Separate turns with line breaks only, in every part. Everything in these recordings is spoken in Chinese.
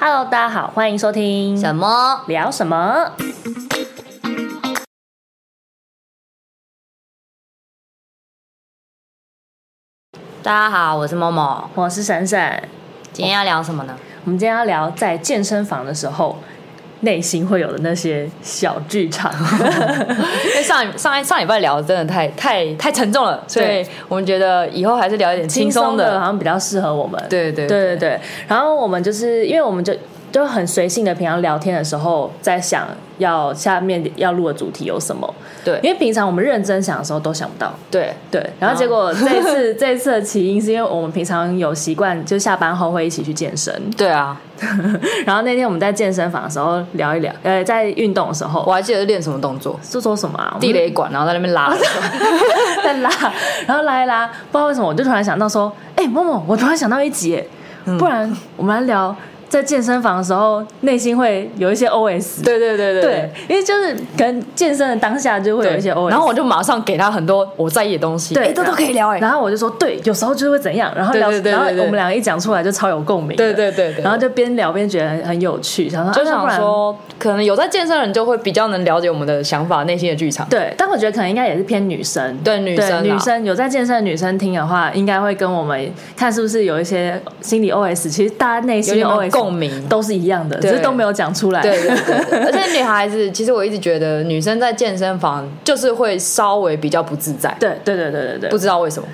Hello，大家好，欢迎收听
什么？
聊什么。
大家好，我是某某，
我是闪闪，
今天要聊什么呢？
我们今天要聊在健身房的时候内心会有的那些小剧 场。
哦因为上上上礼拜聊的真的太太太沉重了，所以
对
我们觉得以后还是聊一点轻松的。
好像比较适合我们。
对对
对对对。然后我们就是因为我们就就很随性的，平常聊天的时候在想要下面要录的主题有什么，
对
因为平常我们认真想的时候都想不到。
对
对，然后结果这 次这次的起因是因为我们平常有习惯，就下班后会一起去健身。
对啊！
然后那天我们在健身房的时候聊一聊，呃，在运动的时候
我，还记得是练什么动作，
是说什么啊？我们
地雷管，然后在那边拉的时候。
在拉，然后拉一拉，不知道为什么我就突然想到说，哎、默默，我突然想到一集耶，
嗯
不然我们来聊在健身房的时候内心会有一些 OS。
对对对对
对，因为就是可能健身的当下就会有一些 OS，
然后我就马上给他很多我在意的东西，
对啊
哎这都可以聊哎。
然后我就说对，有时候就是会怎样，然后聊，
对对对对
然后
对
我们两个一讲出来就超有共鸣的，
对对对对
然后就边聊边觉得很很有趣，想说
就
啊那不
想
然
说，可能有在健身的人就会比较能了解我们的想法、内心的剧场。
对，但我觉得可能应该也是偏女生，
对女生啊啦
女生有在健身的女生听的话，应该会跟我们看是不是有一些心理 OS，其实大家内心的
有点
OS
共鸣
都是一样的，只
对
是都没有讲出来。
对对对对，而且女孩子，其实我一直觉得女生在健身房就是会稍微比较不自在，
对对对对对
不
对，
知道为什么。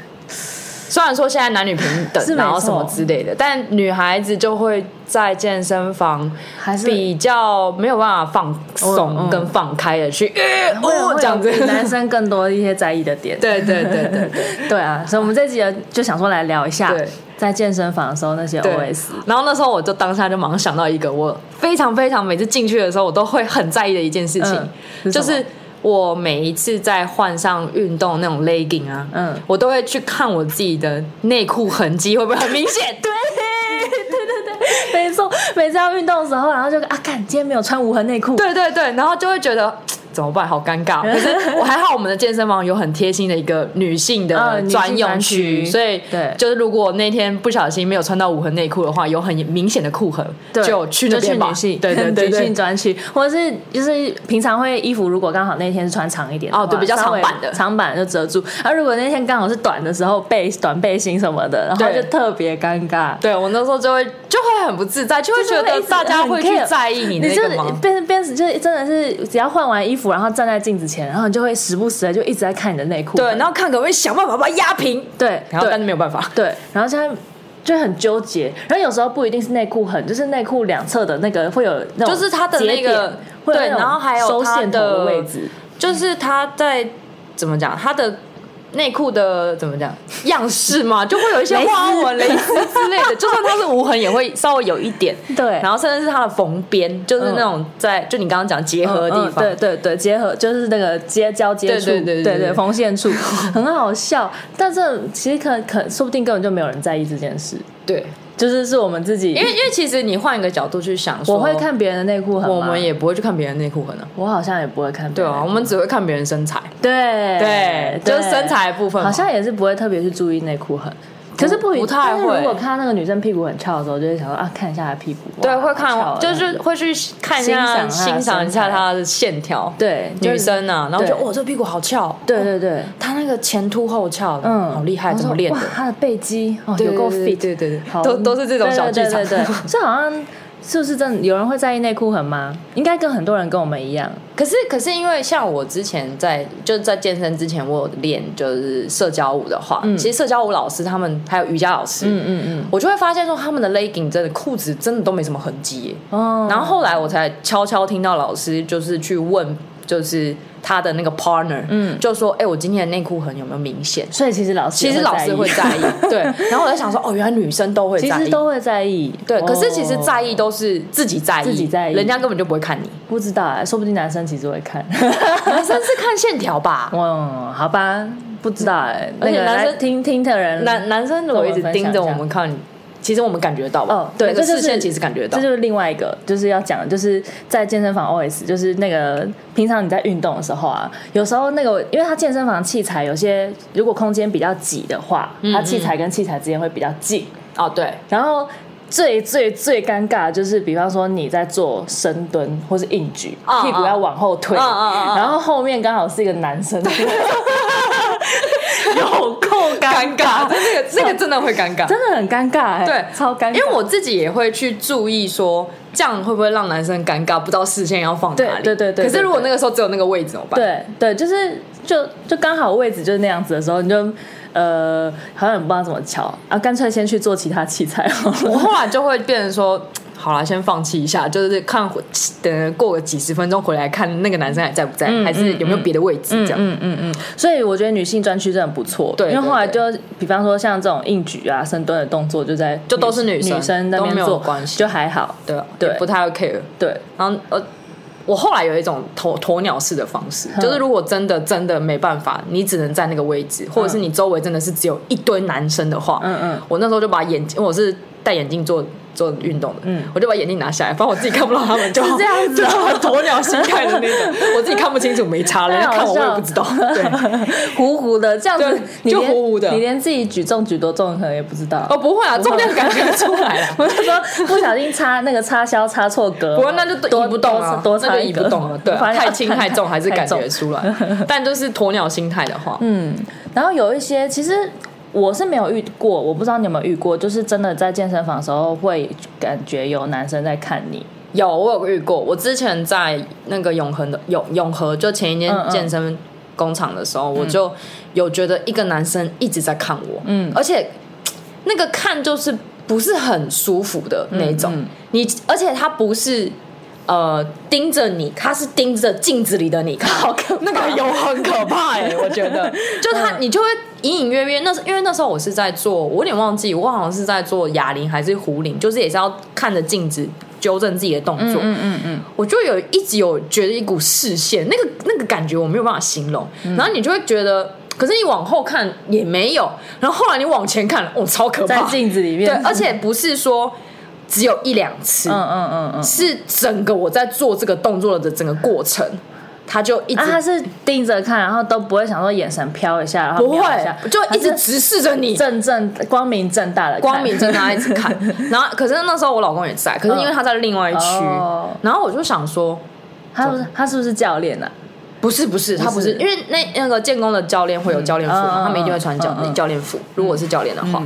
虽然说现在男女平
是
等，
没错
然后什么之类的，但女孩子就会在健身房
还是
比较没有办法放
嗯嗯
松跟放开的去，呃
会啊有
哦，
会
这样子
有。比男生更多一些在意的点。
对对对对对
对啊，所以我们这集就想说来聊一下
对
在健身房的时候那些
对
OS。。
然后那时候我就当下就马上想到一个，我非常非常每次进去的时候，我都会很在意的一件事情，
嗯是什
就
么
是我每一次在换上运动那种 legging 啊，
嗯
我都会去看我自己的内裤痕迹会不会很明显。对。
没错，每次要运动的时候，然后就啊，看今天没有穿无痕内裤，
对对对，然后就会觉得怎么办，好尴尬。可是我还好，我们的健身房有很贴心的一个女性
嗯
的
女性
专用
专区
区，所以
对
就是如果那天不小心没有穿到无痕内裤的话，有很明显的裤痕，
对
就去那边吧
女性，
对对对
女性
对。
专区，或者是就是平常会衣服，如果刚好那天是穿长一点的话
哦对比较
稍微
长版的
长版就遮住。而、如果那天刚好是短的时候，背短背心什么的，然后
对
就特别尴尬。
对我那时候就会就会很不自在，就会觉得大家会去在意你
你
那
就
个吗？
变变就是真的是，只要换完衣服，然后站在镜子前，然后你就会时不时的就一直在看你的内裤。
对，然后看可不可以想办法把它压平，
对，
然后
对
但是没有办法。
对，然后现在就很纠结。然后有时候不一定是内裤痕，就是内裤两侧的那个会有那种
就是它的
节
那个
点会有
对
那种
然后还有
收
它
线头
的
位置。
就是他在怎么讲，他的内裤的怎么讲样式嘛，就会有一些花纹、蕾丝之类的。就算它是无痕，也会稍微有一 点。
对
然后甚至是它的缝边，就是那种在、就你刚刚讲结合的地方。
嗯嗯对对对，结合就是那个接交接触，
对对对对
对
对
缝线处 很好笑。但这其实可可说不定根本就没有人在意这件事，
对
就是是我们自己。
因为因为其实你换一个角度去想说，
我会，看别人的内裤很，
我们，也不会去看别人内裤痕啊。
我好像也不会看别
对
人的
啊，
内
我
裤。
们只会看别人身材。
对
对就是身材的部分嘛
好像也是不会特别去注意内裤痕。可是不一
不太
但是
会
如果看到那个女生屁股很翘的时候，就会想说啊，看一下她的屁股。哇
对，会
好翘
看，
哦
就是会去看一
欣赏她
下、
的
欣赏一
身材
下她的线条。，
对
女，生啊，然后就
对
哦，这屁股好翘哦。
就是对对对，
他那个前凸后翘的，
嗯，
好厉害，
然后
怎么
说
练
哇
的？
她的背肌哦，
对
有够
对
fit，
对对对
好
对，都都是这种小剧场
对。对对对对 这好像是不是真的有人会在意内裤痕吗？应该跟很多人跟我们一样，
可是可是因为像我之前在就是在健身之前，我有练就是社交舞的话，其实社交舞老师他们还有瑜伽老师，
嗯嗯
我就会发现说他们的 legging 真的裤子真的都没什么痕迹耶。
嗯，哦，
然后后来我才悄悄听到老师就是去问，就是他的那个 partner，嗯，就说，哎、我今天的内裤痕有没有明显？
所以其实老师
其实
也
老师会在意，对。然后我在想说，哦，原来女生都会
其
在意，
实都会在意，
对，可是
哦
其实在意都是自己在意，
自己在意
人家根本就不会看 你。
不知道哎，说不定男生其实会看，
男生是看线条吧？
嗯，好吧，不知道哎，那
而且
个
男
来
生
听听的人，
男男生如果一直盯着我们看，其实我们感觉到吧？
哦，对，
那
这
个
就是
视线其实感觉到
这。就是另外一个就是要讲的，就是在健身房 OS，就是那个平常你在运动的时候啊，有时候那个因为它健身房器材有些
嗯
如果空间比较挤的话，它器材跟器材之间会比较近，
哦，对，
然后。最最最尴尬的就是，比方说你在做深蹲或是硬举，
嗯
屁股要往后退，
嗯嗯嗯嗯
然后后面刚好是一个男 生，有够尴
尴尬， 这个这个真的会尴尬。
真的很尴尬、欸，
对，
超尴尬，
因为我自己也会去注意说，这样会不会让男生尴尬，不知道视线要放哪里。
对对对对
可是如果
对
那个时候只有那个位置怎么办？
对对，就是就就刚好位置就是那样子的时候，你就呃好像也不知道怎么瞧，啊，干脆先去做其他器材好了。
我后来就会变成说，好啦，先放弃一下，就是看回等过个几十分钟回来看那个男生还在不在，还是有没有别的位置这样。
嗯嗯嗯，所以我觉得女性专区真的不错，
对
因为
对
后来就
对
比方说像这种硬举啊、深蹲的动作，就在
就都是
女
女生
生那
都
边
没有
做，
关系
就还好。
对
对
对，不太 care。
对，
然后呃，我后来有一种鸵鸵鸟式的方式，
嗯
就是如果真的真的没办法，你只能在那个位置，或者是你周围真的是只有一堆男生的话，
嗯嗯，
我那时候就把眼镜，因为我是戴眼镜做做运动的，
嗯
我就把眼镜拿下来，反正我自己看不到他 们，就
这样子
就
哦
很鸵鸟心态的那种， 我自己看不清楚没差了，人
太
家
好
哎看我我
笑
也
了
不知道，对。
糊糊的这样子
对，
你
就
连
糊糊的
你连自己举重举多重可能也不知道。
哦，不会啊，重量感觉出来 了。
我就说不小心插那个插销插错格，
不过那就
多
移不动啊，
多多
那
插
就
一
移
格
不动了。 对啊，
发现
太
啊
轻太重还是感
重
觉出来。 但就是鸵鸟心态的话，
嗯，然后有一些其实我是没有遇过，我不知道你有没有遇过，就是真的在健身房的时候会感觉有男生在看你，
有，我有遇过。我之前在那个永恒的永永和，就前一间
嗯嗯
健身工厂的时候，我就有觉得一个男生一直在看我，
嗯
而且那个看就是不是很舒服的那种。
嗯嗯
你而且他不是。呃，盯着你，他是盯着镜子里的 你看，好可那 个有很可怕哎、我觉得， 就他、
嗯
你就会隐隐约约，那是因为那时候我是在做，我有点忘记，我好像是在做哑铃还是壶铃，就是也是要看着镜子纠正自己的动作，
嗯嗯，
我就有一直有觉得一股视线，那个那个感觉我没有办法形容。
嗯
然后你就会觉得，可是你往后看也没有，然后后来你往前看，哦，超可
在
怕！
镜子里面，
对，而且不是说只有一两次，
嗯嗯嗯嗯，
是整个我在做这个动作的整个过程，他就一直、
啊，他是盯着看，然后都不会想说眼神飘一下，然后
不
瞄一下
会，就一直直视着你。
正正光明正大的
光明正大一直看， 然后可是那时候我老公也在，可是因为他在另外一区，
哦
然后我就想说，
他是他是不是教练啊？
不是不是，他不
是
是，因为那那个建工的教练会有教练服
嗯嗯
嘛，他们一定会穿教
嗯嗯
教练服。如果是教练的话，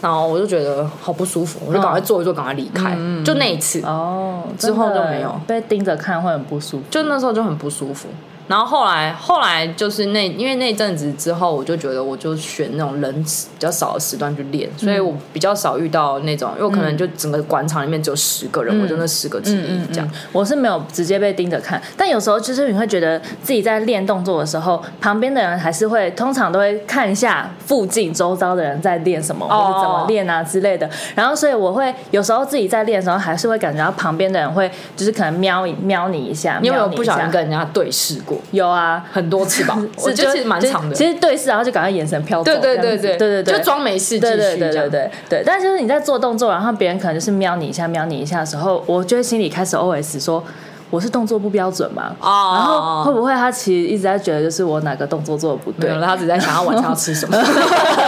然后我就觉得好不舒服，我就赶快坐一坐，赶快离开。就那一次，
哦，
之后
真的
就没有
被盯着看会很不舒服，
就那时候就很不舒服。然后后来后来就是那因为那一阵子之后，我就觉得我就选那种人比较少的时段去
嗯
练，所以我比较少遇到那种，因为我可能就整个广场里面只有十个人，我就那十个之
嗯
一这样。
我是没有直接被盯着看，但有时候就是你会觉得自己在练动作的时候，旁边的人还是会通常都会看一下附近周遭的人在练什么，
哦
或者怎么练啊之类的。然后，所以我会有时候自己在练的时候，还是会感觉到旁边的人会就是可能瞄一瞄你一下，
你有没有
瞄一
不小
下
心跟人家对视过？
有啊。
很多次 吧，我
是
觉得其实蛮
就
长的。
其实对视，然后就赶快眼神飘走这
对
样子，
对对
对
对
对对，
就装没事继
对
续
对对
这
对
样。
对对，但就是你在做动作，然后别人可能就是瞄你一下、瞄你一下的时候，我就会心里开始 OS 说。我是动作不标准嘛？
哦
然后会不会他其实一直在觉得就是我哪个动作做的不
没
对
有？了，他只是在想要晚上要吃什么。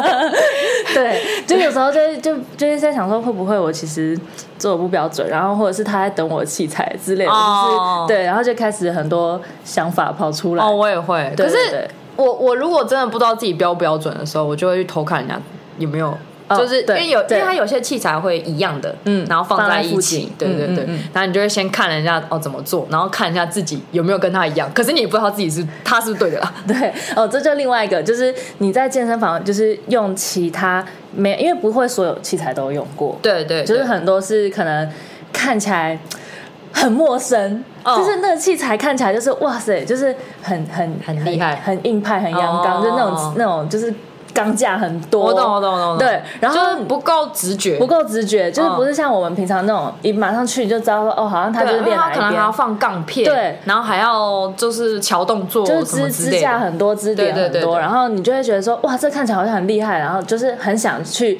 对，就有时候就就就是在想说会不会我其实做的不标准，然后或者是他在等我的器材之类的，
哦
就是对，然后就开始很多想法跑出来。
哦，我也会，
对
可
对
是
对
我我如果真的不知道自己标不标准的时候，我就会去偷看人家有没有。
哦
就是因
对
为有，因
对
为它有些器材会一样的，
嗯
然后放在一
放在
起，
附
对
近
对对，
嗯嗯嗯
然后你就会先看人家哦怎么做，然后看一下自己有没有跟他一样，可是你也不知道自己是他是不是对的啦，
对，哦，这就另外一个，就是你在健身房就是用其他没，因为不会所有器材都用过，
对对
就是很多是可能看起来很陌生，
哦
就是那个器材看起来就是哇塞，就是很很
很厉害
很硬派、很阳刚，
哦
就是那种那种就是钢架很多。
我懂我懂我懂我懂
对，然
就
后
是。不够直觉，
不够直觉，就是
嗯
不是像我们平常那种，一马上去你就知道说，哦，好像他
对，
就是
因为
练
他
哪一
可能还
边
要，放杠片，
对
然后还要就是桥动作
就是
什么
支
之
支
类
架
的，
很多，支点
对对
很
对
多，
对
然后你就会觉得说，哇，这看起来好像很厉害，然后就是很想去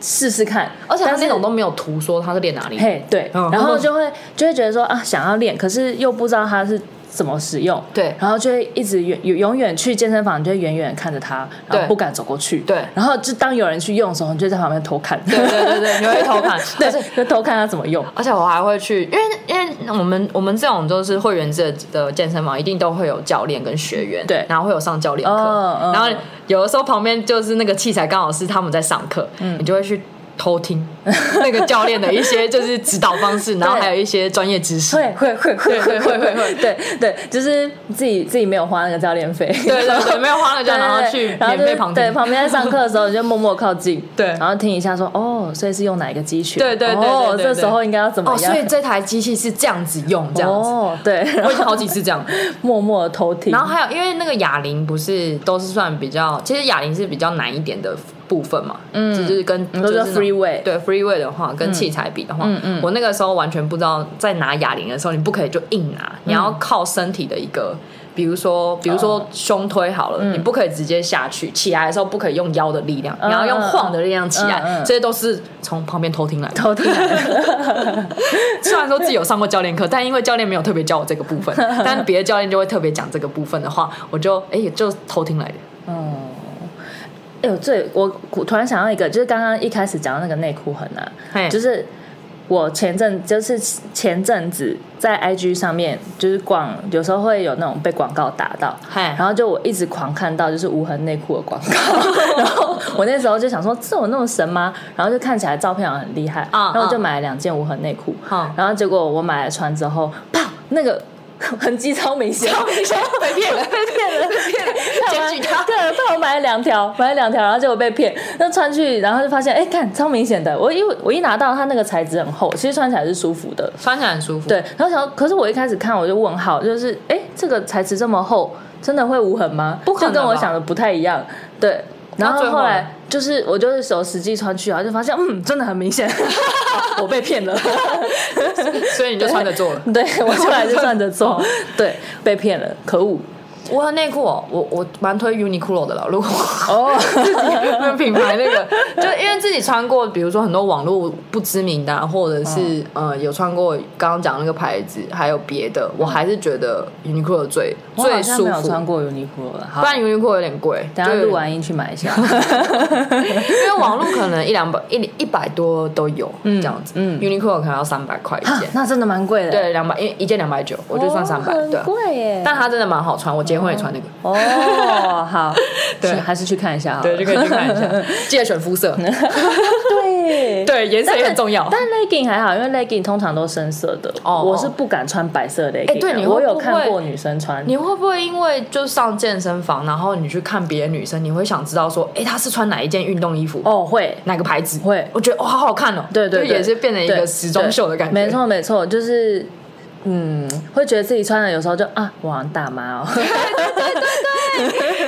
试试看，
而且他
但是
那种都没有图说他是练哪里，
嘿，对，
嗯
然后就会就会觉得说啊，想要练，可是又不知道他是怎么使用，
对
然后就会一直远永远去健身房，你就会远远看着它，然后
对
不敢走过去，
对
然后就当有人去用的时候，你就在旁边偷看，
对对对对，你会偷看，
对
而且，
就偷看它怎么用，
而且我还会去，因为因为我们我们这种就是会员制的健身房，一定都会有教练跟学员，
对
然后会有上教练课，
哦哦
然后有的时候旁边就是那个器材刚好是他们在上课，
嗯
你就会去。偷听 那个教练的一些就是指导 方式，然后还有一些专业知识。
会会会会
对会会会
对对，就是自己自己没有花那个教练费，
对对 对，没有花了就
对对
然后去
对然后
免
就
费
是
旁
对
听。
旁边在上课的时候，你就默默靠近，
对
然后听一下说哦，所以是用哪一个肌群？
对对对对
哦，
对
这
对
时候应该要怎么
哦，
样
所？以这台机器是这样子用，这样子。
哦，对，然
我
后
已经好几次这样。
默默地偷听，
然后还有，因为那个哑铃不是都是算比较，其实哑铃是比较难一点的部分嘛，嗯，就是跟
你说
就是
叫 free weight
对 free weight 的话，跟器材比的话，嗯嗯，我那个时候完全不知道，在拿哑铃的时候，你不可以就硬拿，你要靠身体的一个。比如说，比如说胸推好了，你不可以直接下去，起来的时候不可以用腰的力量，你要用晃的力量起来，
嗯嗯嗯
这些都是从旁边偷听来的。
偷听，
虽然说自己有上过教练课，但因为教练没有特别教我这个 部分，但别的教练就会特别讲这个部分的话，我就哎、也就偷听来 的。
哎呦，这我突然想到一个，就是刚刚一开始讲到那个内裤很难、
嘿
就是我前阵就是前阵子在 IG 上面就是逛，有时候会有那种被广告打到，
嘿
然后就我一直狂看到就是无痕内裤的广告， 然后我那时候就想说这有那么神吗？然后就看起来照片好像很厉害，
嗯
然后我就
嗯
买了两件无痕内裤，
嗯
然后结果我买来穿之后，啪，那个 痕迹超明显，
被 骗了，被骗了，被骗了，检举他。
对，怕我买了两条，买了两条，然后结果被骗。那穿去，然后就发现，哎，看超明显的。我一我一拿到，它那个材质很厚，其实穿起来是舒服的。
穿起来很舒服，
对，，然后想说，可是我一开始看我就问号，就是哎，这个材质这么厚，真的会无痕吗？
不可能
就跟我
吧
想的不太一样。对，然
那
后
最后
后
呢
来就是我就是手实际穿去，然后就发现，嗯，真的很明 显，我被骗 了。
所以你就穿着做了。
对我后来就算着做，对，被骗了，可恶。
无痕内裤哦，我我蛮推 Uniqlo 的了，如果
哦，
自己那品牌那个，就因为自己穿过，比如说很多网络不知名的啊、或者是、
嗯
呃有穿过刚刚讲那个牌子，还有别的，我还是觉得 Uniqlo 最
我好
最
像
舒
没有
服。
穿过 Uniqlo 了，好
不然优衣库有点贵，
等下
就有
录
点，
完音去买一 下。
因为网络可能一两百、一一百多都有这样子，
嗯
嗯，优衣库可能要三百块一件，
那真的蛮贵的，
对，两百，因为一件两百九，我
哦，
就算三百，对
很
啊，
贵耶。
但它真的蛮好穿，我结婚也穿那个，
哦，好，
对
是还是去看一下好了，
对，就可以去看一下，记得选肤色，
对。
对，颜色也很重要。
但 legging 还好，因为 legging 通常都深色的，
哦哎
我是不敢穿白色的 legging 的。
对你会
我有
不会
看过女生穿，
你会不会因为就上健身房，然后你去看别的女生，你会想知道说，哎，她是穿哪一件运动衣服，
哦会，
哪个牌子？
会
我觉得哦，好好看哦，
对对，
就
对
也是变成一
对
个时装秀的感觉，
对没。错没错，就是嗯，会觉得自己穿的有时候就啊，我好像大妈哦，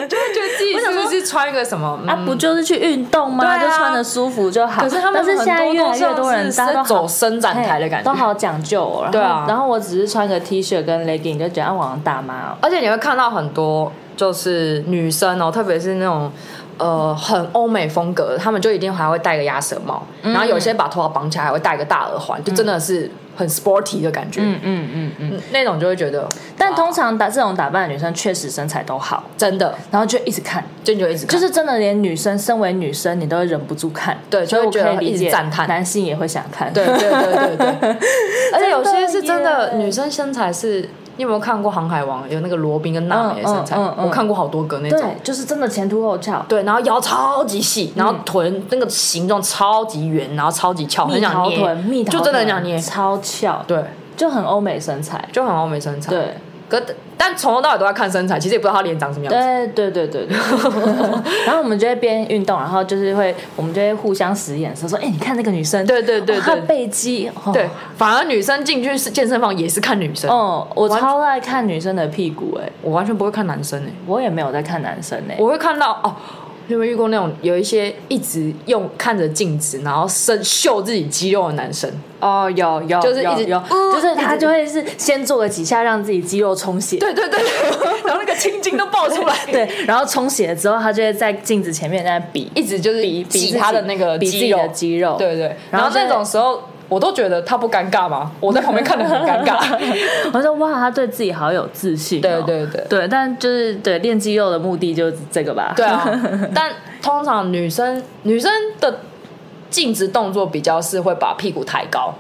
就自己是不是穿一个什么？
啊，
嗯
不就是去运动吗？
对啊
就穿的舒服就好。
可是他们
但是现在越来越多人，
很多都像是
大家都好
走伸展台的感觉
嘿都好讲究哦。然后
对啊
然后我只是穿个 T 恤跟 legging 就觉得啊，我像大妈哦。
而且你会看到很多就是女生哦，特别是那种呃很欧美风格的，她们就一定还会戴个鸭舌帽，然后有些把头发绑起来，还会戴个大耳环，就真的是很 sporty 的感觉。
嗯嗯嗯嗯。
嗯那种就会觉得
但通常打这种打扮的女生确实身材都好，
真的，
然后就一直看，
就你就一直看
就是真的连女生身为女生你都会忍不住看，
对
所以我
就会觉得
可以理
一
解
直赞叹
男性也会想看。
对对对对对， 而且有些是
真
真的
的耶
女生身材是。你有没有看过《航海王》有那个罗宾跟娜美的身材？
嗯嗯嗯嗯
我看过好多个那种
对，，就是真的前凸后翘。
对，然后腰超级细，然后
嗯
臀那个形状超级圆，然后超级翘，很
蜜
想
桃
捏
臀，蜜桃
就真的很
臀
想捏，
超翘，
对，
就很欧美身材。
就很欧美身材。，
对，
可但从头到尾都在看身材，其实也不知道他脸长什么样子。
对对对对 对。然后我们就会边运动，然后就是会，我们就会互相使眼色，说：“哎、你看那个女生，
对对对
哦她
对
背肌。哦”
对，反而女生进去是健身房也是看女生，
哦，我
完
超爱看女生的屁股、哎，
我完全不会看男生欸诶、
我也没有在看男生哎、
我会看到哦。你有没有遇过那种有一些一直用看着镜子，然后伸秀自己肌肉的男生？
哦，有有，
就是
有
一直
有，
嗯
就是他就会是先做个几下，让自己肌肉充血。
对对对， 然后那个青筋都爆出来，
对，然后充血了之后，他就会在镜子前面在那比
一直就是比
比自
比
己
他的那个
比自
肌
己
肉
的肌肉。
对对，
然
然
后
后
在
那种时候我都觉得他不尴尬吗？我在旁边看得很 尴尬。
我说哇，他对自己好有自信、哦。
对对对
对，但就是对练肌肉的目的就是这个吧？
对啊，但通常女生女生的静止动作比较是会把屁股抬高，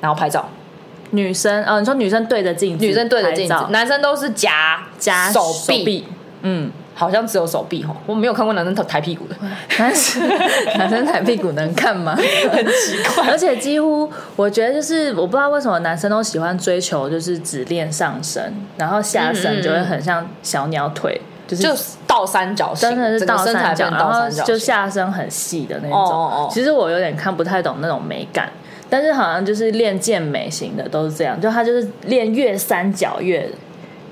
然后拍照。
女生，呃，你说女生对着镜子，
女生对着镜子
拍照，
男生都是夹
夹
手臂，
臂嗯，
好像只有手臂哈，我没有看过男生抬抬屁股的，
男生 男生抬屁股能看 吗？
很奇怪。
而且几乎我觉得就是我不知道为什么男生都喜欢追求就是只练上身，然后下身就会很像小鸟腿，就是
嗯就是倒三角形，
真的是
整
倒
个身材
三角，然
变
后
倒三角
就
形。
下身很细的那种。
哦哦哦
其实我有点看不太懂那种美感，但是好像就是练健美型的都是这样，就他就是练越三角越。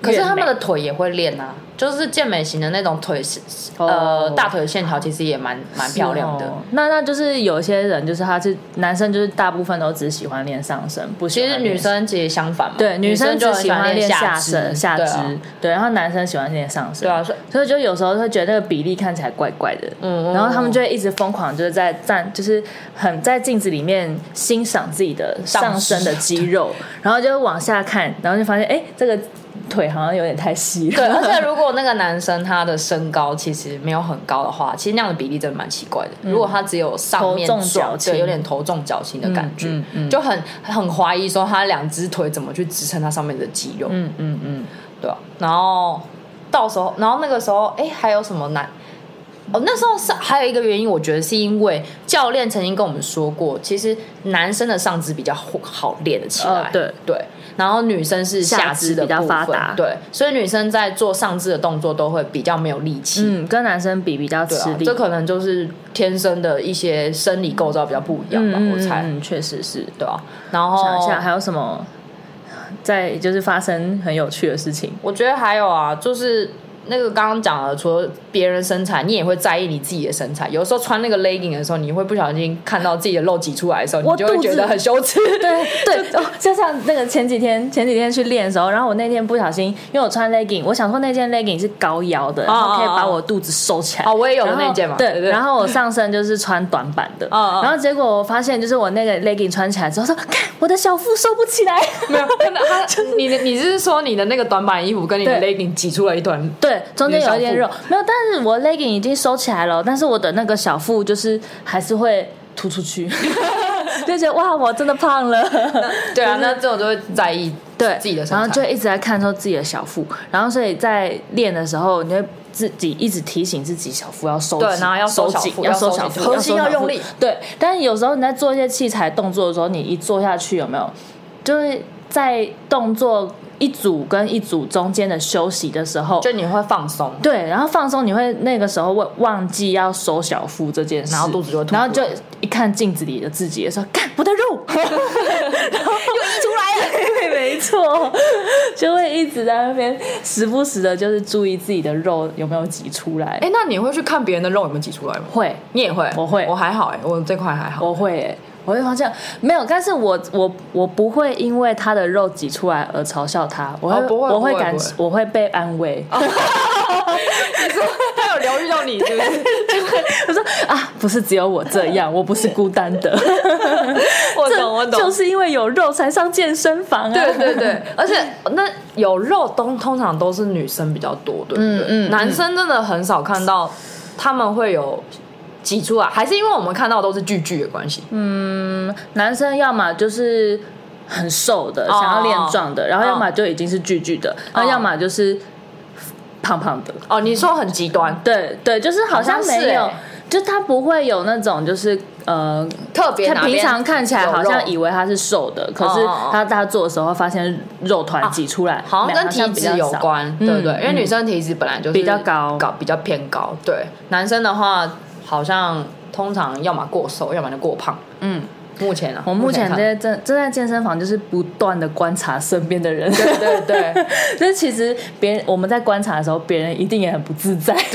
可是他们
越美
的腿也会练啊，就是健美型的那种腿是，
哦
呃，大腿线条其实也蛮蛮漂亮
是
的
哦。那那就是有些人就是他是男生，就是大部分都只喜欢练上身，不喜
其
欢
实
练
女生其实相反嘛，
对
女
女生
就
只
很
喜欢
练
练下
肢，
身下
对
肢
啊，
对，然后男生喜欢练上身，
对啊，所以
所以就有时候会觉得那个比例看起来怪怪的，
嗯嗯
然后他们就会一直疯狂，就是在站，就是很在镜子里面欣赏自己的上身的肌肉，然后就往下看，然后就发现哎、诶这个腿好像有点太细了，
对，而且如果那个男生他的身高其实没有很高的话，其实那样的比例真的蛮奇怪的。如果他只有上面
嗯头重
壮
脚轻
对，有点头重脚轻的感觉，
嗯嗯嗯
就很很怀疑说他两只腿怎么去支撑他上面的肌肉，
嗯嗯嗯，
对、啊、然后到时候，然后那个时候，哎，还有什么男？哦，那时候是还有一个原因，我觉得是因为教练曾经跟我们说过，其实男生的上肢比较好好练得起来，
呃对
对，然后女生是
下
下肢
肢
的
比较
部
发
分
达
对，所以女生在做上肢的动作都会比较没有力气，
嗯，跟男生比比较
对
吃
啊，
力，
这可能就是天生的一些生理构造比较不一样
嗯
吧，
嗯
我猜，
嗯，嗯确实是。
对啊，然后
想一下还有什么在就是发生很有趣的事情，
我觉得还有啊，就是那个刚刚讲了，除了别人身材，你也会在意你自己的身材。有时候穿那个 legging 的时候，你会不小心看到自己的肉挤出来的时候，
我
你就会
肚子
觉得很羞耻。
对对哦，就像那个前几天前几天去练的时候，然后我那天不小心，因为我穿 legging，我想说那件 legging 是高腰的，然后可以把我肚子收起来。
哦，我也有
然后
那件嘛，
对，哦
对
然后我上身就是穿短版的，
嗯嗯
然后结果我发现就是我那个 legging 穿起来之后说，看我的小腹收不起来，
没有，真的，他你的你是说你的那个短版衣服跟你的
对
legging 挤出了一段？
对，中间有一点
你的
肉，没有，但是我 legging 已经收起来了，但是我的那个小腹就是还是会凸出 去，就觉得哇，我真的胖了。
对啊，那这种就会在意
对
自己的身
然后就
材。
一直在看说自己的小腹，然后所以在练的时候，你会自己一直提醒自己小腹要收紧，
对然后要收
收
小
紧
腹
要
要收
小
小
腹，
腹核心
收
要
小
用
腹
力。
对，但是有时候你在做一些器材动作的时候，你一坐下去有没有，就是在动作一组跟一组中间的休息的时候，
就你会放松，
对，然后放松，你会那个时候忘忘记要收小腹这件事，
然后肚子就会凸出
然
来
后就一看镜子里的自己，说：“看我的 肉，然后又溢出来了。”没错，就会一直在那边时不时的，就是注意自己的肉有没有挤出来。
哎，那你会去看别人的肉有没有挤出来吗？
会，
你也会，
我会
我还好哎，我这块还好。
我会、欸，我会发现没有，但是我我我不会因为他的肉挤出来而嘲笑他，我会、
哦不会
我
不会
感
不会哦
我会被安慰。
他有疗愈到你，是不 是？
我说啊，不是只有我这 样，我不是孤单的。
我
这
懂，我懂，
就是因为有肉才上健身房啊。
对对 对，而且那有肉通通常都是女生比较多，对不对？
嗯嗯嗯
男生真的很少看到他们会有挤出来，还是因为我们看到都是巨巨的关系。
男生要么就是很瘦的，
哦
想要练壮的，然后
哦
要么就已经是巨巨的，然后要么就是胖胖的。
哦，你说很极端，
对对，就是好像
好像是
没有，
欸
就他不会有那种就是呃。
特别
他
哪边
平常看起来好像
有肉
以为他是瘦的，可是
哦哦哦
他他做的时候发现肉团挤出来，
好像跟
好像
体
比较
脂有
少
关，对不对？
嗯
因为女生体脂本来就是
比较高
高比较偏高。对，男生的话好像通常要么过瘦，要么就过胖。
嗯，
目前啊，
我目前
看
在正正在健身房，就是不断的观察身边的人，
对 对对，
就是其实别人我们在观察的时候，别人一定也很不自在。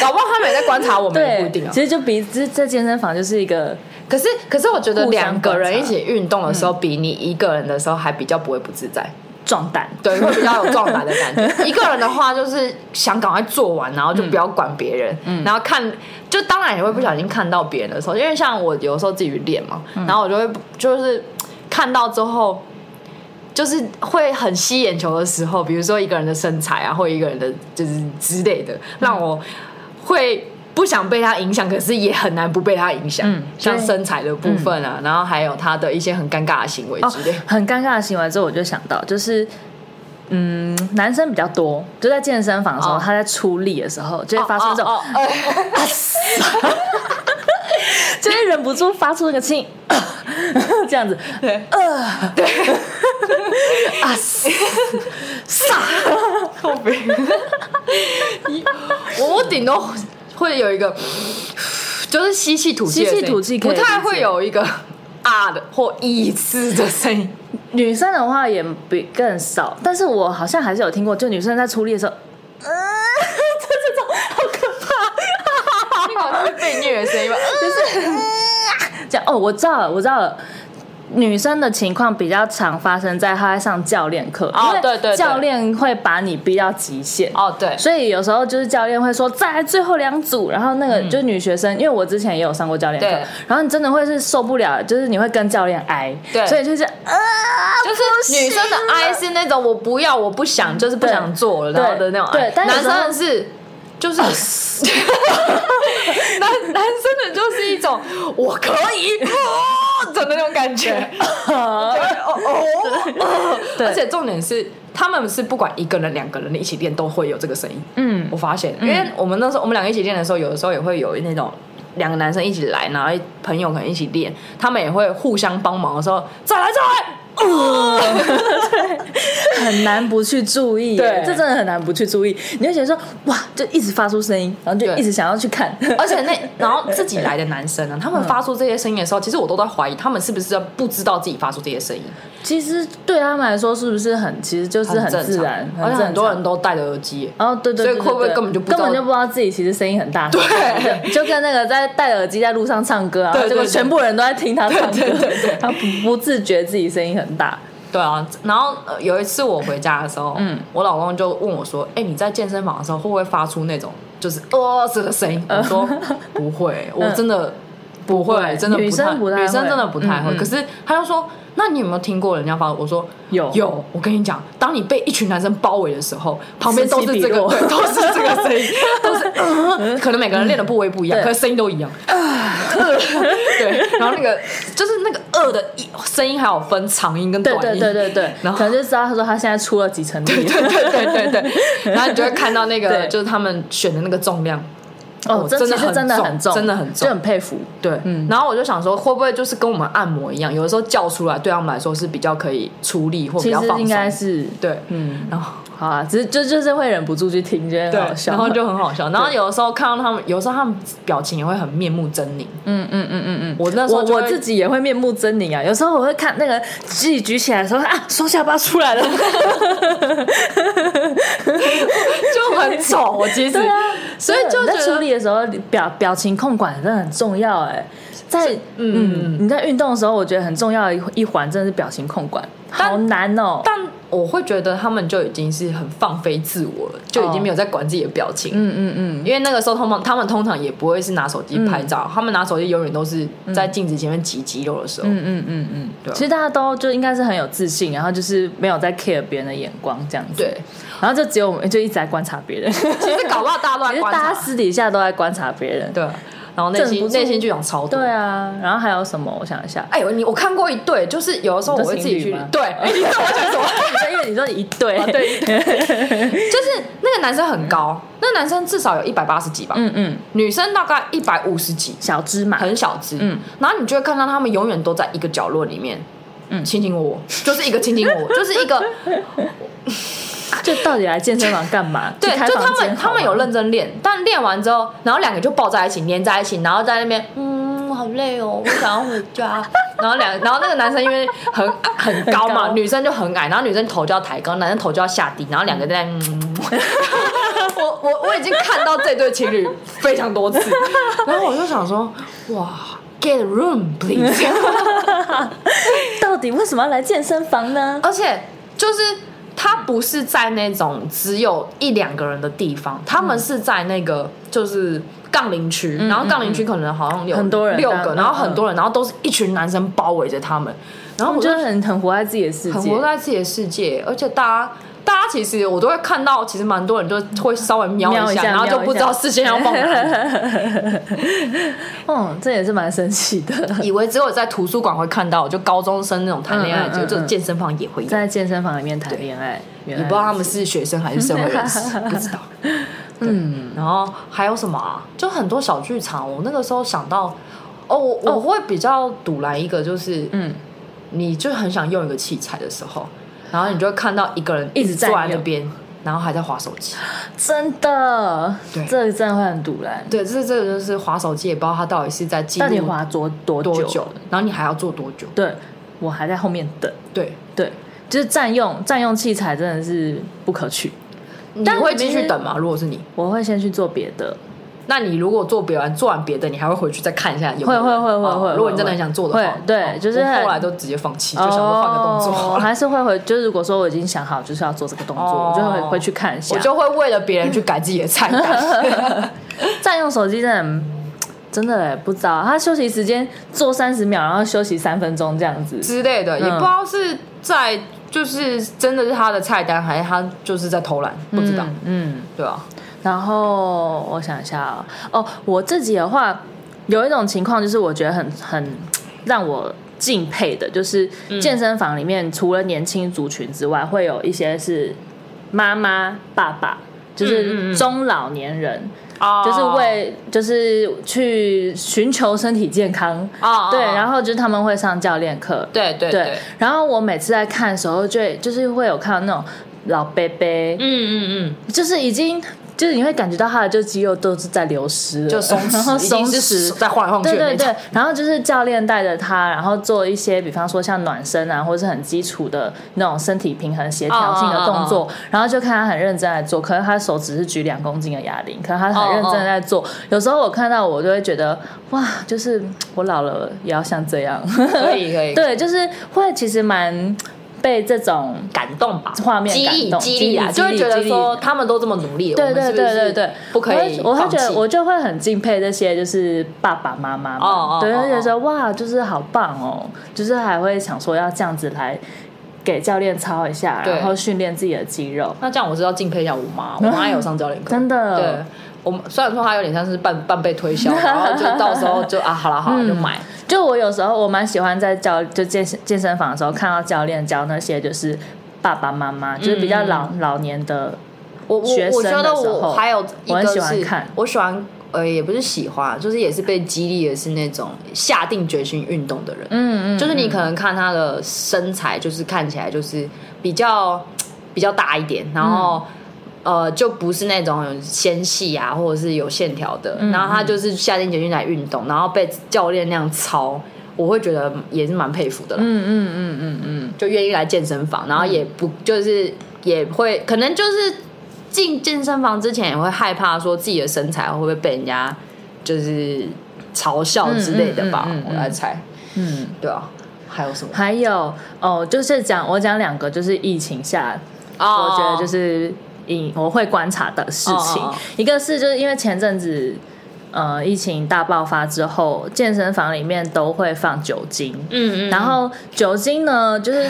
搞不好他们也在观察我们，也不一
对
定啊，。
其实就比这在健身房就是一个
可是，可是我觉得
互相
两个
观察嗯
人一起运动的时候，比你一个人的时候还比较不会不自在。
壮胆。
对，会比较有壮胆的感觉。 一个人的话，就是想赶快做完，然后就不要管别人，然后看，就当然也会不小心看到别人的时候，因为像我有时候自己练嘛，然后我就会就是看到之后。就是会很吸眼球的时候，比如说一个人的身材啊，或一个人的就是之类的，让我会不想被他影响，可是也很难不被他影响。
嗯
像
对
身材的部分啊，然后还有他的一些很尴尬的行为
哦
之类。，
很尴尬的行为之后，我就想到就是。嗯，男生比较多，就在健身房的时候，
哦
他在出力的时候，就会发出这种，
哦哦哦呃
就会忍不住发出那个轻， 这样子，
对
啊，嘶
靠背。我我顶多会有一个，就是吸气吐气的声音，
吸气吐气可以
不
理解
太会有一个啊的或一次的声 音。
女生的话也比更少，但是我好像还是有听过，就女生在出力的时候，
那个好像是被虐的声音吧？
这样哦，我知道了，我知道了。女生的情况比较常发生在她在上教练课，
哦
因为
对对对
教练会把你逼到极限。
哦， 对，
所以有时候就是教练会说再来最后两组，然后那个就是女学生，因为我之前也有上过教练
嗯对
课，然后你真的会是受不了，就是你会跟教练挨，
对
所以就是呃啊
就是女生的哀是那种我不要，我不想，就是不想做了，
对
然后的那种哀。
对但有
男
时候啊
生的是就是男 男生的就是一种我可以哦的那种感觉，哦哦哦，
对
而且重点是。他们是不管一个人、两个人一起练，都会有这个声音。
嗯
我发现，因为我们那时候我们两个一起练的时候，有的时候也会有那种两个男生一起来，然后朋友可能一起练，他们也会互相帮忙的时候，再来再 来，哦
很难不去注意，
对
这真的很难不去注意，你会觉得说哇，就一直发出声音，然后就
对
一直想要去看，
而且那然后自己来的男生啊呢，他们发出这些声音的时候，其实我都在怀疑他们是不是不知道自己发出这些声音，
其实对他们来说是不是很，其实就是很
正
自
常
然，
而
正
且
常
很多人。都戴着耳机。
哦，对对对对
所以会不会根本就不知道
根本就不知道自己其实声音很大声，
对
就，就跟那个在戴耳机在路上唱歌啊，
对对
结果
对
全部人都在听他唱歌，
对对对对
他不不自觉自己声音很大，
对啊，然后、呃有一次我回家的时候，嗯，我老公就问我说：“哎、你在健身房的时候会不会发出那种就是呃这个声音？”我说：“不会，我真的不会，
呃嗯不会
真的
女生不
太，
太
女生
会
真的不太会。
嗯嗯
可是他就说：“那你有没有听过人家发？”我说：“
有
有。”我跟你讲，当你被一群男生包围的时候，旁边都是这
此起彼
个，
落
对都是这个声音，都是、呃可能每个人练的部位不一样，
对
可是声音都一样。对，然后那个就是那个呃的一声音，还有分长音跟短
对
音。
对对对对，
然后
可能就知道他说他现在出了几层力，
对对对对，然后你就会看到那个
对
就是他们选的那个重量，
哦，这
真的
其实
很
真的
重
很重，
真的很重
就很佩服，
对，
嗯
然后我就想说，会不会就是跟我们按摩一样，有的时候叫出来对他们来说是比较可以出力或比
其
较
实
放
应该
松，
是，
对，
嗯，
然后。
好啊，只是就就是会忍不住去听，觉得
对
很好，笑，
然后就很好笑。然后有的时候看到他们，有时候他们表情也会很面目狰狞。
嗯嗯嗯嗯嗯。
我那时候
我
就会
我自己也会面目狰狞啊，有时候我会看那个自己举起来的时候啊，双下巴出来了，
就很丑，我其 实，
对啊，
所以就
真的
觉
在处
得
理的时候表表情控管真的很重要哎、在嗯你在运动的时候，我觉得很重要的一一环真的是表情控管，
但
好难哦、
但我会觉得他们就已经是很放飞自我了，就已经没有在管自己的表情。
嗯嗯嗯，
因为那个时候，他们他们通常也不会是拿手机拍照，他们拿手机永远都是在镜子前面挤肌肉的时候。
嗯嗯嗯嗯
对啊
其实大家都就应该是很有自信，然后就是没有在 care 别人的眼光这样子。，
对，
然后就只有我们就一直在观察别人， 其
其实搞不好大家都在
实
观
大家
察。
私底下都在观察别人。
对，然后内
镇不
心
住
内心剧场超多。，
对啊，然后还有什么？我想一下
哎呦，你我看过一对，就是有的时候我会自己
你说情
去
侣吗，
对， 哎，你知道我讲什么？
因为你说一哦对，
对，就是那个男生很高，那个男生至少有一百八十几吧，
嗯嗯，
女生大概一百五十几，
小芝麻，
很小只，
嗯
然后你就会看到他们永远都在一个角落里面，嗯，卿卿我我，就是一个卿 卿我我，就是一个
就到底来健身房干 嘛？
对
去，开
就他
房间
们他们
好
有
吗
认真练，但练完之后，然后两个就抱在一起，黏在一起，然后在那边，嗯，好累哦，我想要回 家。然后两，然后那个男生因为很很高嘛，
很高
女生就很矮，然后女生头就要抬高，男生头就要下低，然后两个在那边。 嗯我我我已经看到这对情侣非 常多次，然后我就想说，哇，get a room please。
到底为什么要来健身房呢？
而且就是他不是在那种只有一两个人的地方，他们是在那个就是杠铃区，然后杠铃区可能好像有
嗯很多人
六个，
嗯
然后很多人，然后都是一群男生包围着他们，然后
我
我
觉
就
得很很活在自己的世
很
界，
活在自己的世界，而且大家。大家其实我都会看到，其实蛮多人就会稍微瞄
瞄
一
一
下，
下
然后就不知道视线要放哪里，
嗯，这也是蛮神奇的。
以为只有在图书馆会看到，就高中生那种谈恋
嗯
爱，
嗯嗯
就就
嗯
健身房也会有，
在健身房里面谈恋爱，原
也不
来
知道他们是学生还是社会人 士，不知道。
嗯，
然后还有什么啊？就很多小剧场，我那个时候想到，哦，我我会比较堵来一个，就是
嗯，
你就很想用一个器材的时候，然后你就会看到一个人
一直
坐
在
在那边，然后还在划手机。
真的，
对
这个真的会很堵然。
对，这这个就是划手机，也不知道他到底是在记
到底
录
滑多多
多
久？
久，然后你还要做多久？
对我还在后面等，
对，
对，就是占用占用器材真的是不可取。
你
但
会
你
继
明
续
明
等吗？如果是你，
我会先去做别的，
那你如果做别完做完别的，你还会回去再看一下有没
会
有
会
人
会会
哦
会
如果你
会
真的很
会
想做的
会
话，
对
哦
就是
我
很
后来都直接放弃，就想说换个动作
哦
好
我
了。
还是会回，就是如果说我已经想好就是要做这个动作，
哦
我就会回去看一下。
我就会为了别人去改自己的菜 单。
占用手机真的很真的欸不知道，他休息时间做三十秒，然后休息三分钟这样子。
之
嗯
类的，也不知道是在就是真的是他的菜单，还是他就是在偷懒，不知道，
嗯，嗯
对啊，
然后我想一下啊哦，我自己的话，有一种情况就是我觉得很很让我敬佩的，就是
嗯
健身房里面除了年轻族群之外，会有一些是妈妈、爸爸，就
嗯嗯嗯
是中老年人，
哦
就是为就是去寻求身体健康。
啊，
对，然
后
后就是他们会上教练课，
对对
对，然后我每次在看的时候就会，就是会有看到那种老伯伯，
嗯嗯
就是已经就是你会感觉到他的就肌肉都是在流失了，
嗯，就 松
然后
弛，一
松
定是
弛。
在晃来晃去
对
的
对
那
对
种，，
然后就是教练带着他，然后做一些，比方说像暖身啊，或是很基础的那种身体平衡协调性
哦
的动作然后就看他很认真在做，可能他手只是举两公斤的哑铃，可能他
哦
很认真地在做。有时候我看到我就会觉得，哇，就是嗯我老了也要像这样，
可以可 以，
对，就是会其实蛮被这种
感动吧，
画面
激
感
励
动
激励啊，
激
就
励
会觉
激
得
励
说他们都这么努力，
对
我们
对
是不
对
是
对对，
不可以
我会我会觉得
放弃
我就会很敬佩这些就是爸爸妈妈们，
哦哦
对，
哦
就觉
哦
得说哇，就是好棒哦，就是还会想说要这样子来给教练操一下，
对
然后训练自己的肌肉，
那这样我知道敬佩一下我 妈，我妈也有上教练课，
真的
对。我们虽然说她有点像是半半被 推销，然后就到时候就啊，好了好了，就买。
就我有时候我蛮喜欢在教就健身健身房的时候看到教练教那些就是爸爸妈妈，就是比
嗯
较老、老年的，
我我
学
我
生的
觉
时
得
候
我还有一
我很
个是，
喜欢看
我喜欢呃，也不是喜欢，就是也是被激励的是那种下定决心运动的人。
嗯嗯，
就是你
嗯
可能看他的身材，就是看起来就是比较比较大一点，然后、
嗯
呃就不是那种有纤细啊，或者是有线条的，
嗯
然后他就是下定决心来运动，然后被教练那样操，我会觉得也是蛮佩服的啦，
嗯嗯嗯嗯嗯，
就愿意来健身房，然后也不就是也会可能就是进健身房之前也会害怕说自己的身材会不会被人家就是嘲笑之类的吧，
嗯嗯嗯嗯
我来猜，
嗯
对啊，还有什么？
还有哦，就是讲我讲两个，就是疫情下我觉得就是是影我会观察的事情。
哦哦哦
一个是就是因为前阵子呃疫情大爆发之后，健身房里面都会放酒精。
嗯嗯，
然后酒精呢，就是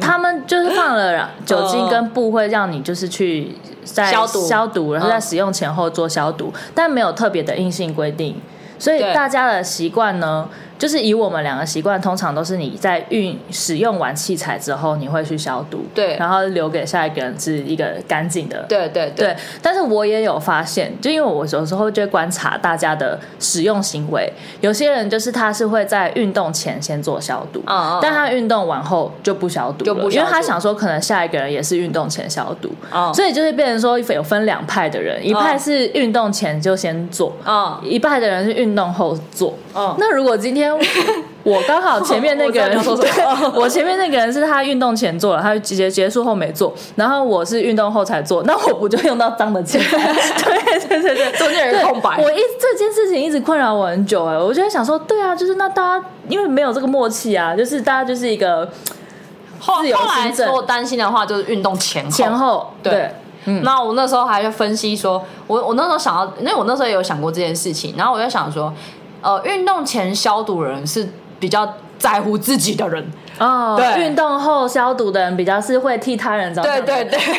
他们就是放了酒精跟布会让你就是去在
消毒
消毒，然后在
嗯
使用前后做消毒，但没有特别的硬性规定。所以
对
大家的习惯呢，就是以我们两个习惯，通常都是你在运使用完器材之后，你会去消毒，
对
然后留给下一个人是一个干净的，
对对对，
对，但是我也有发现，就因为我有时候就会观察大家的使用行为，有些人就是他是会在运动前先做消毒，
嗯嗯
但他运动完后就不消毒了，
就不消
因为他
毒
想说可能下一个人也是运动前消毒，
哦
所以就是变成说有分两派的人，一派
嗯
是运动前就先做，
嗯
一派的人是运动后做。
嗯，
那如果今天我刚好哦前面那个人，
我知道你要说什么
对我前面那个人是他运动前做了，他结结束后没做，然后我是运动后才做，那 我不就用到脏的钱？ 对对对对。
中间有一
对
个空白，
我一这件事情一直困扰我很久哎、我就在想说，对啊，就是那大家因为没有这个默契啊，就是大家就是一个
后
自由
后来
行政
我担心的话就是运动前后
前后
对
对，嗯
那我那时候还在分析说，我我那时候想到，因为我那时候也有想过这件事情，然后我就想说，呃，运动前消毒的人是比较在乎自己的人，
哦
对，
运动后消毒的人比较是会替他人着想，
对对对，
对，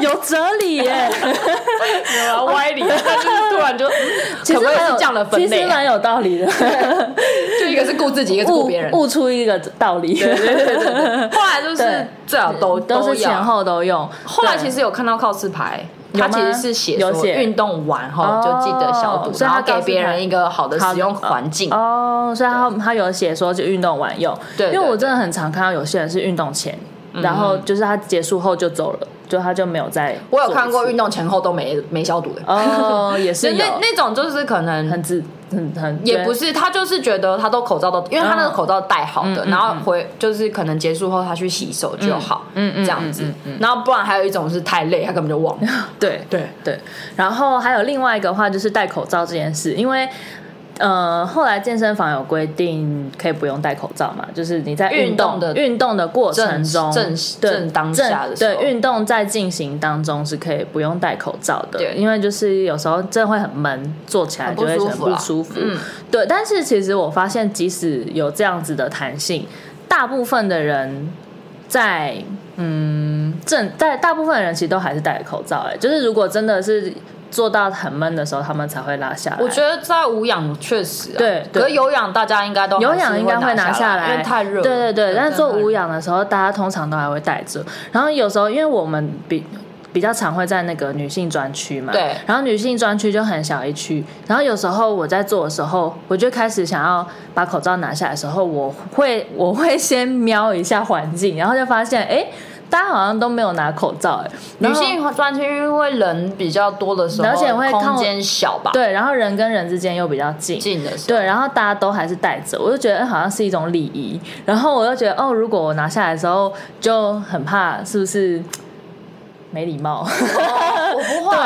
有哲理 耶。
没有啊歪 理，但就是突然就，嗯
其
可
实
不可以
蛮
是
有
这样的分
其
类
实
啊？
蛮有道 理的，
就一个是顾自己，一个是顾
悟
别人。
悟出一个道理，
后来就是
对
最好都
都是
要
前后都用。
后来
对
其实有看到告示牌，
有
它
吗
其实是写说
有写
运动完后
哦
就记得消毒，
所以
然
它
后给
告示
别
牌
人一个好的
好的
使用环境。
哦，所以他他有写说就运动完用，
对对嗯
因为我真的很常看到有些人是运动前，然后就是他结束后就走了，就他就没有再
我有
做一次
看过运动前后都没没消毒的，
哦，也
那
是有
那那种就是可能
很自很很
也不
是
是，他就是觉得他都口罩都，因为他那个口罩戴好的，
嗯嗯
然后回就是可能结束后他去洗手就好，
嗯嗯嗯
这样子
嗯。
然后不然还有一种是太累，他根本就忘了。
对
对
对，然后还有另外一个话就是戴口罩这件事，因为。呃，后来健身房有规定可以不用戴口罩嘛，就是你在
运
运
动
动
的
运动的过程中，
正
对
正当下的时候
对运动在进行当中是可以不用戴口罩的，
对
因为就是有时候真的会很闷，坐起来
很
就
不
会
舒
很
服啦
不舒服。
嗯
对，但是其实我发现，即使有这样子的弹性，大部分的人在嗯正在大部分的人其实都还是戴着口罩、哎，就是如果真的是做到很闷的时候，他们才会拉下来。
我觉得在无氧确实、啊，
对对
可是有氧大家应该都还是
有氧应该
会
会拿
下
下来，
因为太热了。
对对对，但是做
真的
无
很热，
氧的时候，大家通常都还会戴着。然后有时候因为我们比比较常会在那个女性专区嘛，
对
然后女性专区就很小一区。然后有时候我在做的时候，我就开始想要把口罩拿下来的时候，我会我会先瞄一下环境，然后就发现哎。诶大家好像都没有拿口罩、诶然
女
后
性专区因为人比较多的时候，
而且会靠
空间小吧，
对，然后人跟人之间又比较近，
近的时候，
对，然后大家都还是戴着，我就觉得哎好像是一种礼仪。然后我又觉得哦，如果我拿下来的时候，就很怕是不是没礼貌。
哦我不会。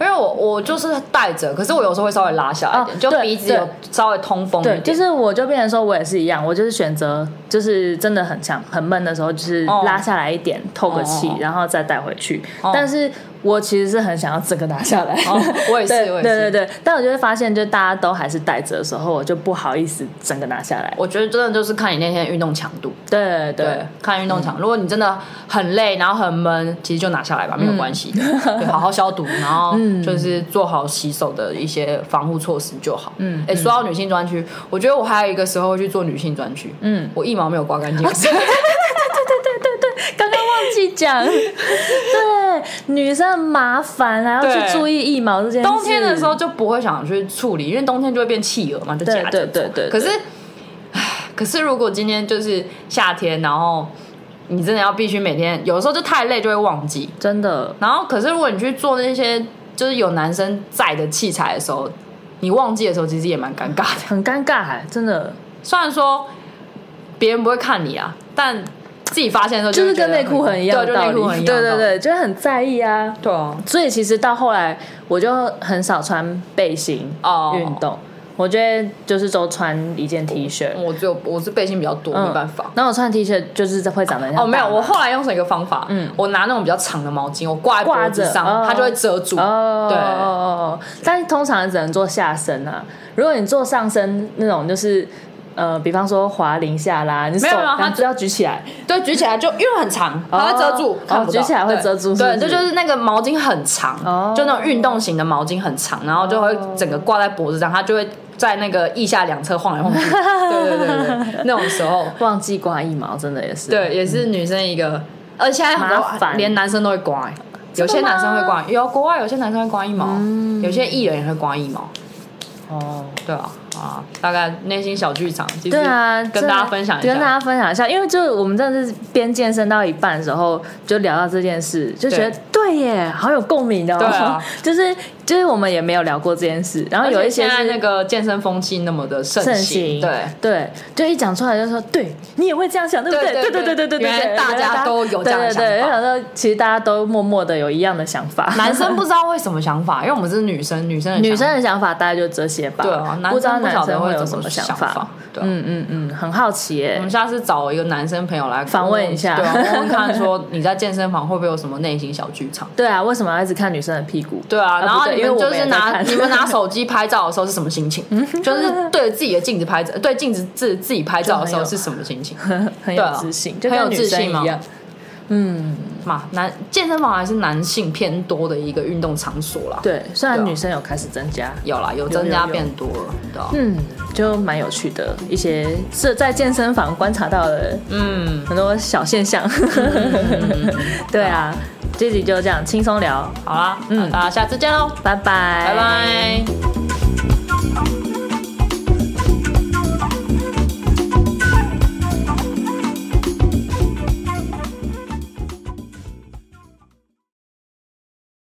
因为我我就是戴着，可是我有时候会稍微拉下来一
哦
点，就
对
鼻子有
对
稍微通风一
对，
点。
就是我就变成说我也是一样，我就是选择就是真的很想很闷的时候，就是
哦
拉下来一点透个气，
哦哦哦
然后再戴回去。
哦
但是我其实是很想要整个拿下来。
哦我也 是
对
我
对
也是
对对，但我就会发现，就大家都还是戴着的时候，我就不好意思整个拿下来。
我觉得真的就是看你那天运动强度，
对对
对，看运动强。如果你真的很累，然后很闷，其实就拿下来吧，没有关系的。对，好好消毒，然后就是做好洗手的一些防护措施就好。嗯，哎，说到女性专区，我觉得我还有一个时候会去做女性专区，嗯，我一毛没有刮干净。
刚刚忘记讲，对，女生很麻烦，还要
对
去注意腋毛这件事。
冬天的时候，就不会想去处理，因为冬天就会变企鹅嘛，就夹着
对
走
对对对
可是，唉可是如果今天就是夏天，然后你真的要必须每天，有时候就太累就会忘记。
真的
然后，可是如果你去做那些就是有男生在的器材的时候，你忘记的时候，其实也蛮尴尬的。
很尴尬、哎真的
虽然说别人不会看你啊，但自己发现的时候
嗯就是
会觉
跟
得
内裤很一样的
对，啊就
道
内
理
裤很一样
对
的道
对
理，
对，就是很在意啊。
对啊，
所以其实到后来，我就很少穿背心
哦
运动，我觉得就是都穿一件 T 恤，
我只有我是背心比较多，
嗯
没办法。
然后我穿 T 恤就是会长得很像
哦，没有，
大妈
我后来用成一个方法，嗯，我拿那种比较长的毛巾，我挂在脖子上，
挂着哦
它就会遮住。
哦，
对
哦哦哦，但是通常只能做下身啊。如果你做上身那种，就是呃，比方说滑零下拉，你手
没有没有它
两只要举起来，
对，举起来就因为很长，它会遮住
哦，
看不到
举起来会遮住
对，
是不是
对这就是那个毛巾很长，
哦
就那种运动型的毛巾很长，然后就会整个挂在脖子上，它就会在那个腋下两侧晃来晃去。对对对对对，那种时候，
忘记刮腋毛，真的也是。
对，也是女生一个，而且现在很
麻
多
烦
连男生都会刮、欸有些
真的吗
男生会刮，有国外有些男生会刮一毛，有些艺人也会刮一毛。
哦，
对啊，啊，大概内心小剧场，其实
对啊，
跟大家分享一下，
跟大家分享一下，因为就是我们真的是边健身到一 半的时候，就聊到这件事，就觉得对耶，好有共鸣的、哦。
对啊
就是就是我们也没有聊过这件事。然后有一些
现在
是
那个健身风气那么的盛
盛行，
对。
对，就一讲出来就说，对你也会这样想，对不
对
对
对
对
对
对对对，
原来大家都有这样的
对对对，就
想法
想说其实大家都默默的有一样的想法，
男生不知道会什么想法，因为我们是女生，女生的想法
女生的想法大概就这些吧，
对啊，男
不知道
生
男
晓得
生
会
有
怎
什么
想
法。
对啊，
嗯嗯嗯，很好奇耶
我们。下次找一个男生朋友来
访问一下
对啊，问问看说你在健身房会不会有什么内心小剧场？
对啊，为什么要一直看女生的屁股？
对啊，
啊
然后
不对
你
因为
们
我
就
们
是
也在
拿
看
你们拿手机拍照的时候是什么 心情？就是对着自己的镜子拍照，对镜子自自己拍照的时候
就很有
是什么心情？
很
对
有
啊
自信，就
很有
跟女
自
生
信吗嗯
一样。
嘛，男健身房还是男性偏多的一个运动场所啦。，
对，虽
对
然
啊
女生有开始增加，
有啦，有增加
有有
变多了，对啊
嗯，就蛮有趣的一些是在健身房观察到的
嗯，
很多小现象。嗯 对啊，这集就这样轻松聊，
好啦，嗯，
嗯
大家下次见喽，
拜拜，
拜拜。
Thank